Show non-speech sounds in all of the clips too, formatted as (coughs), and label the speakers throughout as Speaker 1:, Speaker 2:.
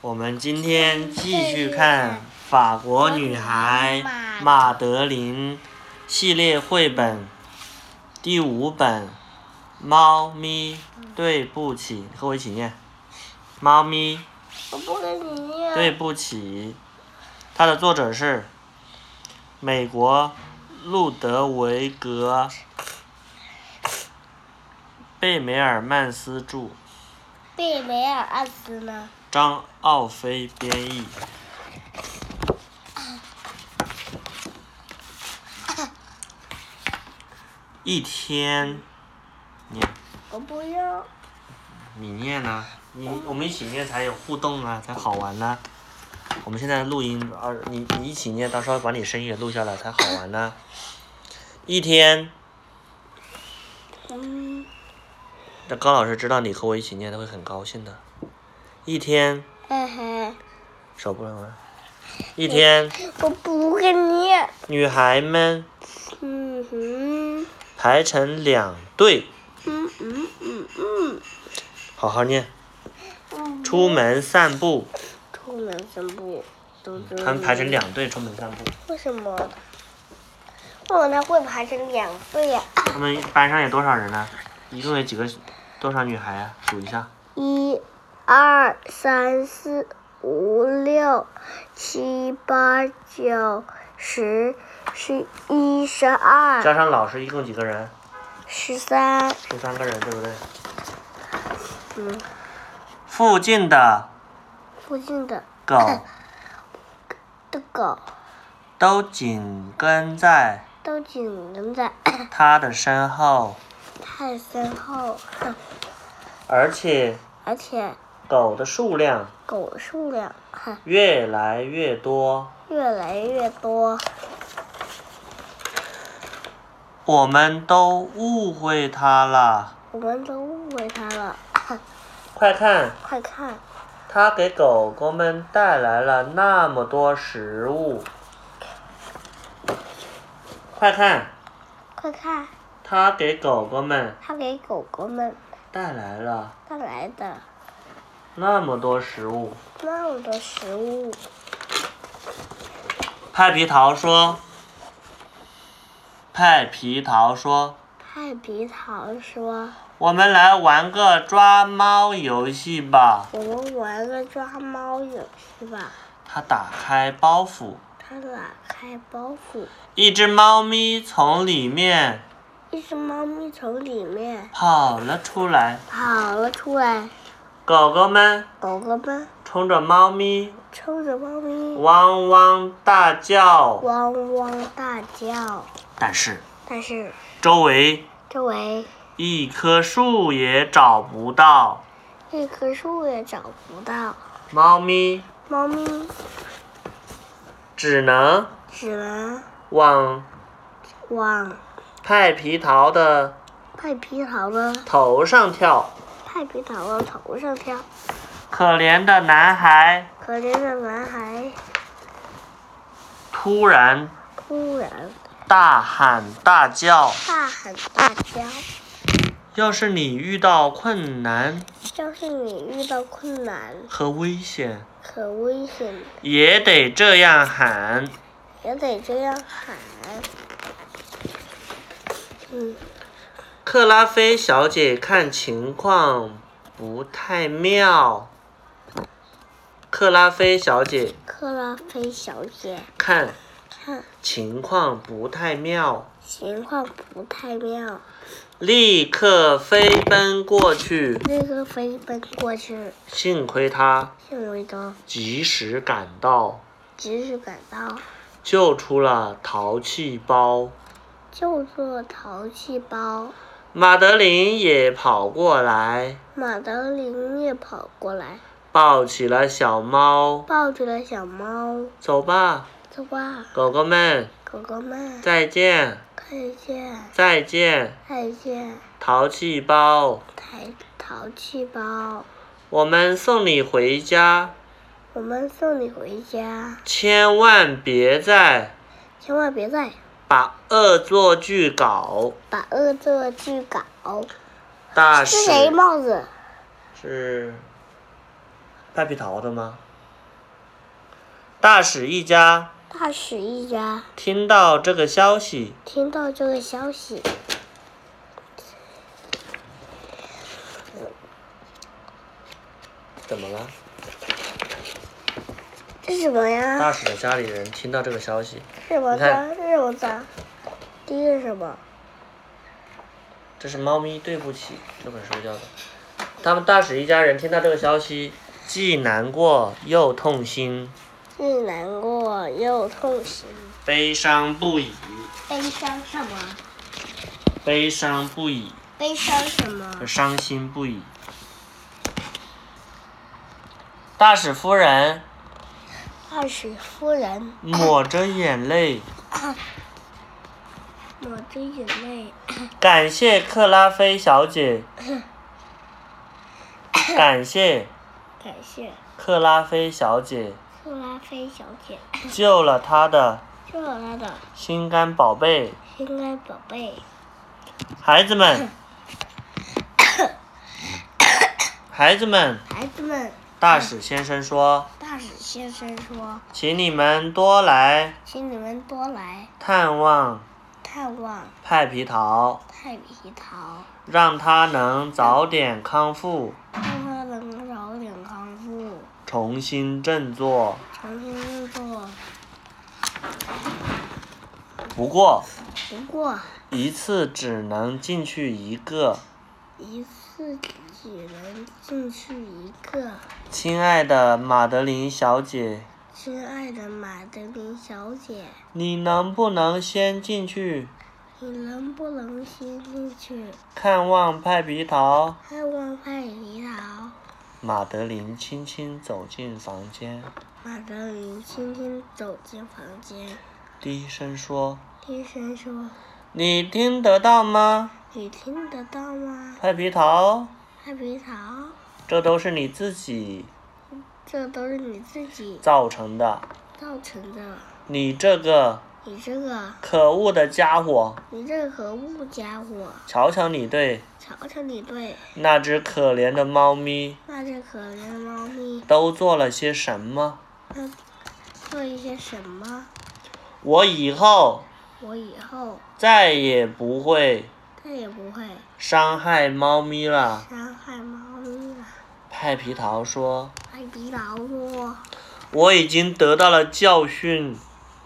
Speaker 1: 我们今天继续看法国女孩马德琳系列绘本第五本《猫咪对不起》，和我一起念：猫咪
Speaker 2: 我不跟你念。
Speaker 1: 对不起。它的作者是美国路德维格贝梅尔曼斯著，
Speaker 2: 贝梅尔暗斯呢？
Speaker 1: 张奥飞编译。一天，念
Speaker 2: 我不要。
Speaker 1: 你念呢？你我们一起念才有互动啊，才好玩呢、我们现在录音，二你你一起念，到时候把你声音也录下来才好玩呢、一天，
Speaker 2: 嗯，
Speaker 1: 那高老师知道你和我一起念，他会很高兴的。一天，
Speaker 2: 嘿嘿，
Speaker 1: 手不能玩。一天，
Speaker 2: 我不跟你念。
Speaker 1: 女孩们
Speaker 2: 嗯哼，
Speaker 1: 排成两队，
Speaker 2: 嗯嗯嗯嗯。
Speaker 1: 好好念。
Speaker 2: 嗯
Speaker 1: 出门散步，
Speaker 2: 出门散步，嘟嘟。
Speaker 1: 他们排成。两队出门散步。
Speaker 2: 为什么？为什么它会排成两队呀、
Speaker 1: 他们班上有多少人呢？一共有几个？多少女孩啊？数一下。
Speaker 2: 一、二、三、四、五、六、七、八、九、十、十一、十二、
Speaker 1: 加上老师一共几个人？
Speaker 2: 十三。
Speaker 1: 十三个人，对不对？
Speaker 2: 嗯，
Speaker 1: 附近的
Speaker 2: 附近的
Speaker 1: 狗
Speaker 2: 的狗
Speaker 1: 都紧跟在
Speaker 2: 都紧跟在 (coughs)
Speaker 1: 它的身后，
Speaker 2: 它的身后，哼
Speaker 1: 而且
Speaker 2: 而且
Speaker 1: 狗的数量
Speaker 2: 狗数量 (laughs) 哼
Speaker 1: 越来越多。
Speaker 2: 越来越多。
Speaker 1: 我们都误会它了。
Speaker 2: 我们都误会它了， (coughs)
Speaker 1: 快看，
Speaker 2: 快看，
Speaker 1: 它给狗狗们带来了那么多食物。快看，
Speaker 2: 快看，
Speaker 1: 它给狗狗们
Speaker 2: 它给狗狗们
Speaker 1: 带来了
Speaker 2: 带来的
Speaker 1: 那么多食物。
Speaker 2: 那么多食物。
Speaker 1: 派皮桃说：“派皮桃说，
Speaker 2: 派皮桃说
Speaker 1: 我们来玩个抓猫游戏吧。：“
Speaker 2: 我们玩个抓猫游戏吧。”
Speaker 1: 他打开包袱，”
Speaker 2: 他打开包袱，
Speaker 1: 一只猫咪从里面
Speaker 2: 一只猫咪从里面
Speaker 1: 跑了出来。
Speaker 2: 跑了出来。
Speaker 1: 狗狗们
Speaker 2: 狗狗们
Speaker 1: 冲着猫咪
Speaker 2: 冲着猫咪
Speaker 1: 汪汪大叫，
Speaker 2: 汪汪大叫，
Speaker 1: 但是
Speaker 2: 但是
Speaker 1: 周围
Speaker 2: 周围
Speaker 1: 一棵树也找不到。
Speaker 2: 一棵树也找不到，
Speaker 1: 猫咪
Speaker 2: 猫咪
Speaker 1: 只能
Speaker 2: 只能
Speaker 1: 往
Speaker 2: 往
Speaker 1: 派皮桃的
Speaker 2: 派皮桃的
Speaker 1: 头上跳。
Speaker 2: 派皮桃的头上跳。
Speaker 1: 可怜的男孩
Speaker 2: 可怜的男孩
Speaker 1: 突然
Speaker 2: 突然
Speaker 1: 大喊大叫。
Speaker 2: 大喊大叫。
Speaker 1: 要是你遇到困难
Speaker 2: 要是你遇到困难
Speaker 1: 和危险，
Speaker 2: 和危险，
Speaker 1: 也得这样喊。
Speaker 2: 也得这样喊。嗯，
Speaker 1: 克拉菲小姐看情况不太妙。克拉菲小姐
Speaker 2: 克拉菲小姐
Speaker 1: 看
Speaker 2: 看
Speaker 1: 情况不太妙，
Speaker 2: 情况不太妙，
Speaker 1: 立刻飞奔过去。
Speaker 2: 立刻飞奔过去。
Speaker 1: 幸亏她
Speaker 2: 幸维德
Speaker 1: 及时赶到，
Speaker 2: 及时赶到，
Speaker 1: 救出了淘气包。
Speaker 2: 救出了淘气包。
Speaker 1: 马德琳也跑过来，
Speaker 2: 马德琳也跑过来，
Speaker 1: 抱起了小猫。
Speaker 2: 抱住了小猫。
Speaker 1: 走吧，
Speaker 2: 走吧，
Speaker 1: 狗狗们，
Speaker 2: 狗狗们，
Speaker 1: 再见，
Speaker 2: 再见，
Speaker 1: 再见，
Speaker 2: 再见，
Speaker 1: 淘气包，
Speaker 2: 淘淘气包。
Speaker 1: 我们送你回家，
Speaker 2: 我们送你回家，
Speaker 1: 千万别再
Speaker 2: 千万别再
Speaker 1: 把恶作剧搞。
Speaker 2: 把恶作剧搞。
Speaker 1: 大
Speaker 2: 是谁
Speaker 1: 使
Speaker 2: 帽子？
Speaker 1: 是派皮桃的吗？大使一家
Speaker 2: 大使一家
Speaker 1: 听到这个消息，
Speaker 2: 听到这个消息，
Speaker 1: 怎么了？
Speaker 2: 这是什么呀？
Speaker 1: 大使的家里人听到这个消息，
Speaker 2: 这是什么
Speaker 1: 你看
Speaker 2: 字？这是什么字啊？第一个是什么？
Speaker 1: 这是《猫咪对不起》这本书叫的。他们大使一家人听到这个消息，既难过又痛心，
Speaker 2: 既难过又痛心，
Speaker 1: 悲伤不已，
Speaker 2: 悲伤什么？
Speaker 1: 悲伤不已，
Speaker 2: 悲伤什么？
Speaker 1: 伤心不已。大使夫人
Speaker 2: 大使夫人
Speaker 1: 抹着眼泪，
Speaker 2: 抹着眼泪，
Speaker 1: 感谢克拉菲小姐，感谢
Speaker 2: 感谢
Speaker 1: 克拉菲小姐
Speaker 2: 克拉菲小姐
Speaker 1: 救了她的
Speaker 2: 救了她的
Speaker 1: 心肝宝贝。
Speaker 2: 心爱宝贝。
Speaker 1: 孩子们，孩子们，
Speaker 2: 孩子们，
Speaker 1: 大使先生说，
Speaker 2: 大使先生说，
Speaker 1: 请你们多来
Speaker 2: 请你们多来
Speaker 1: 探望
Speaker 2: 探望
Speaker 1: 派皮桃，
Speaker 2: 太皮桃，
Speaker 1: 让他能早点康复，
Speaker 2: 让他能早点康复，
Speaker 1: 重新振作。
Speaker 2: 重新工作。
Speaker 1: 不过，
Speaker 2: 不过
Speaker 1: 一次只能进去一个。
Speaker 2: 一次只能进去一个。
Speaker 1: 亲爱的马德琳小姐，
Speaker 2: 亲爱的马德琳小姐，
Speaker 1: 你能不能先进去
Speaker 2: 你能不能先进去
Speaker 1: 看望派皮桃？
Speaker 2: 看望派皮桃？
Speaker 1: 马德琳轻轻走进房间，
Speaker 2: 马德琳轻轻走进房间，
Speaker 1: 低声说
Speaker 2: 低声说：“
Speaker 1: 你听得到吗，：“
Speaker 2: 你听得到吗，
Speaker 1: 派皮桃？
Speaker 2: 派皮桃？
Speaker 1: 这都是你自己
Speaker 2: 这都是你自己
Speaker 1: 造成的，
Speaker 2: 造成的。
Speaker 1: 你这个
Speaker 2: 你这个，
Speaker 1: 可恶的家伙！
Speaker 2: 你这个物家伙，
Speaker 1: 瞧瞧你对
Speaker 2: 瞧瞧你对
Speaker 1: 那只可怜的猫咪
Speaker 2: 那只可怜的猫咪
Speaker 1: 都做了些什么？
Speaker 2: 那做一些什么？
Speaker 1: 我以后
Speaker 2: 我以后
Speaker 1: 再也不会
Speaker 2: 再也不会
Speaker 1: 伤害猫咪了。”
Speaker 2: 伤害猫咪了。”
Speaker 1: 派皮桃说
Speaker 2: 艾迪劳说：“
Speaker 1: 我已经得到了教训，：“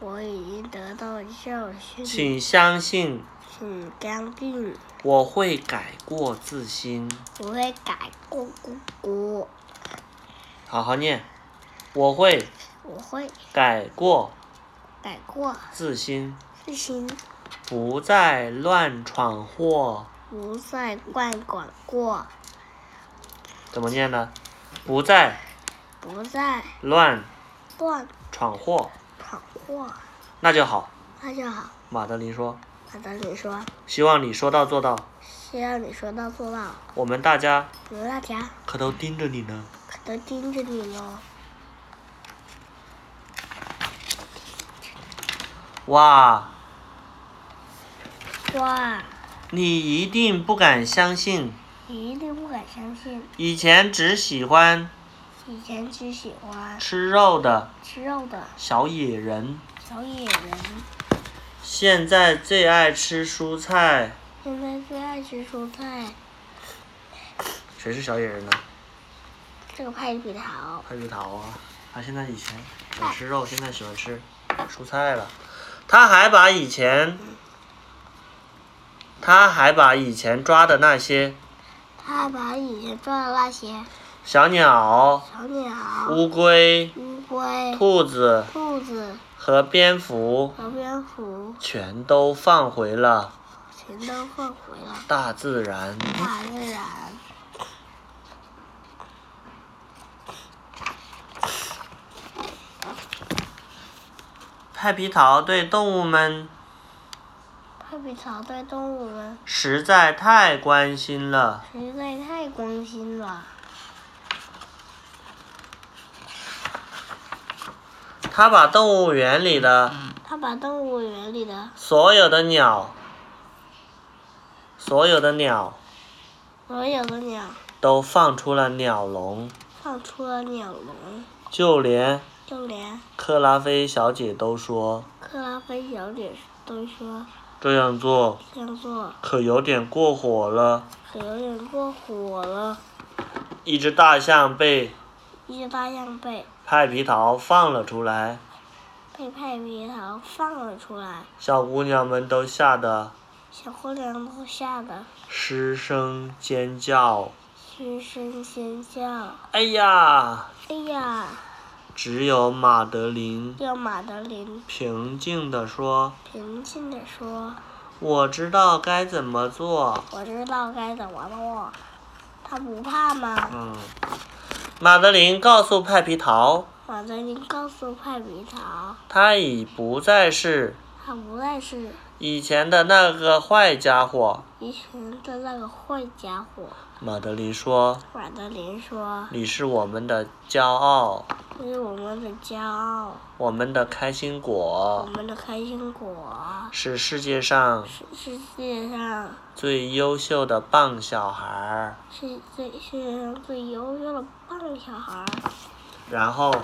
Speaker 2: 我已经得到教训，
Speaker 1: 请相信
Speaker 2: 请将军，
Speaker 1: 我会改过自新。
Speaker 2: 我会改过姑姑，
Speaker 1: 好好念，我会
Speaker 2: 我会
Speaker 1: 改过
Speaker 2: 改过
Speaker 1: 自新，
Speaker 2: 自新，
Speaker 1: 不再乱闯祸。
Speaker 2: 不再乱管过，
Speaker 1: 怎么念呢？不再
Speaker 2: 不再
Speaker 1: 乱
Speaker 2: 乱
Speaker 1: 闯祸，
Speaker 2: 闯祸。”
Speaker 1: 那就好。
Speaker 2: 大家好，
Speaker 1: 马德琳说
Speaker 2: 马德里说：“
Speaker 1: 希望你说到做到，
Speaker 2: 希望你说到做到，
Speaker 1: 我们大家
Speaker 2: 我们大家
Speaker 1: 可都盯着你呢。
Speaker 2: 可都盯着你呢。
Speaker 1: 哇，”
Speaker 2: 哇，
Speaker 1: 你一定不敢相信，
Speaker 2: 你一定不敢相信，
Speaker 1: 以前只喜欢
Speaker 2: 以前只喜欢
Speaker 1: 吃肉的
Speaker 2: 吃肉的
Speaker 1: 小野人，
Speaker 2: 小野人，
Speaker 1: 现在最爱吃蔬菜。
Speaker 2: 现在最爱吃蔬菜。
Speaker 1: 谁是小野人呢？
Speaker 2: 这个派比桃，
Speaker 1: 派皮桃啊！他现在以前只吃肉，现在喜欢吃蔬菜了。他还把以前，他还把以前抓的那些
Speaker 2: 他把以前抓的那些
Speaker 1: 小鸟、
Speaker 2: 小鸟、
Speaker 1: 乌龟、
Speaker 2: 乌龟、
Speaker 1: 哦兔子
Speaker 2: 兔子
Speaker 1: 和蝙蝠
Speaker 2: 和蝙蝠
Speaker 1: 全都放回了
Speaker 2: 全都放回了
Speaker 1: 大自然。
Speaker 2: 大自然。
Speaker 1: 派皮桃对动物们
Speaker 2: 派比桃对动物们
Speaker 1: 实在太关心了。
Speaker 2: 实在太关心了。
Speaker 1: 他把动物园里的
Speaker 2: 他把动物园里的
Speaker 1: 所有的鸟，所有的鸟
Speaker 2: 所有的鸟
Speaker 1: 都放出了鸟笼，
Speaker 2: 放跳出鸟笼，
Speaker 1: 就连
Speaker 2: 就连
Speaker 1: 克拉菲小姐都说
Speaker 2: 克拉菲小姐都说
Speaker 1: 这样做
Speaker 2: 这样做
Speaker 1: 可有点过火了。
Speaker 2: 可有点过火了。
Speaker 1: 一只大象被
Speaker 2: 一只大象被
Speaker 1: 派皮桃放了出来，
Speaker 2: 被派皮桃放了出来，
Speaker 1: 小姑娘们都吓得
Speaker 2: 小姑娘都吓得
Speaker 1: 失声尖叫。
Speaker 2: 失声尖叫。
Speaker 1: 哎呀！
Speaker 2: 哎呀！
Speaker 1: 只有马德琳
Speaker 2: 要马德琳
Speaker 1: 平静地说
Speaker 2: 平静地说：“
Speaker 1: 我知道该怎么做。”：“
Speaker 2: 我知道该怎么做。”他不怕吗？
Speaker 1: 嗯，马德琳告诉派皮桃，
Speaker 2: 马德琳告诉派皮桃，
Speaker 1: 他已不再是
Speaker 2: 他不再是
Speaker 1: 以前的那个坏家伙。
Speaker 2: 以前的那个坏家伙。
Speaker 1: 马德琳说
Speaker 2: 马德琳说：“
Speaker 1: 你是我们的骄傲，：“
Speaker 2: 这是我们的骄傲，
Speaker 1: 我们的开心
Speaker 2: 我
Speaker 1: 果，
Speaker 2: 们的开心果，
Speaker 1: 是世界上
Speaker 2: 是世界上
Speaker 1: 最优秀的棒小孩儿。
Speaker 2: 是最世界上最优秀的棒小孩儿。”
Speaker 1: 然后，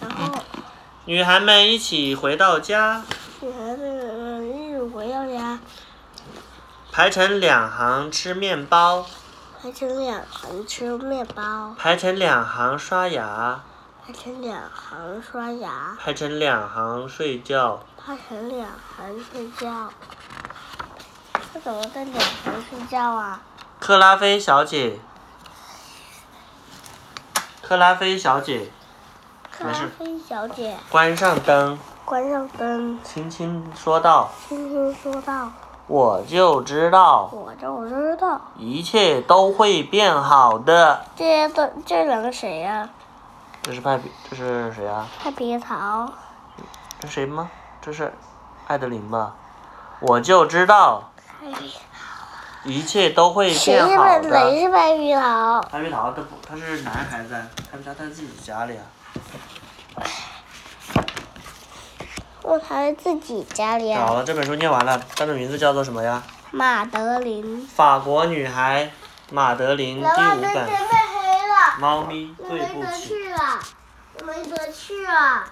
Speaker 2: 然后，
Speaker 1: 女孩们一起回到家，
Speaker 2: 女孩子们一直回到家，
Speaker 1: 排成两行吃面包，
Speaker 2: 排成两行吃面包，
Speaker 1: 排成两行刷牙，
Speaker 2: 排成两行刷牙，
Speaker 1: 排成两行睡觉。
Speaker 2: 排成两行睡觉。他怎么在两行睡觉啊？
Speaker 1: 克拉菲小姐，克拉菲小姐，
Speaker 2: 克
Speaker 1: 没
Speaker 2: 拉
Speaker 1: 事
Speaker 2: 菲小姐
Speaker 1: 关上灯，
Speaker 2: 关上灯，
Speaker 1: 轻轻说道
Speaker 2: 轻轻说道：“
Speaker 1: 我就知：“道，
Speaker 2: 我就知道，
Speaker 1: 一切都会变好的。
Speaker 2: 这些都这两个谁呀、
Speaker 1: 这是派比，这是谁啊？
Speaker 2: 派皮桃，
Speaker 1: 这是谁吗？这是艾德琳吧？我就知道，
Speaker 2: 派皮
Speaker 1: 一切都会
Speaker 2: 谁
Speaker 1: 变
Speaker 2: 是
Speaker 1: 好
Speaker 2: 派
Speaker 1: 的。
Speaker 2: 谁是派皮桃？
Speaker 1: 艾瑞桃，他不，他是男孩子啊，他们家他自己家里啊。
Speaker 2: 我还自己家里
Speaker 1: 好
Speaker 2: 啊。
Speaker 1: 了，这本书念完了，它的名字叫做什么呀？
Speaker 2: 马德琳。
Speaker 1: 法国女孩马德琳第五本，
Speaker 2: 黑了。
Speaker 1: 猫咪对
Speaker 2: 没
Speaker 1: 不
Speaker 2: 得
Speaker 1: 起。
Speaker 2: 去了，没得去了。啊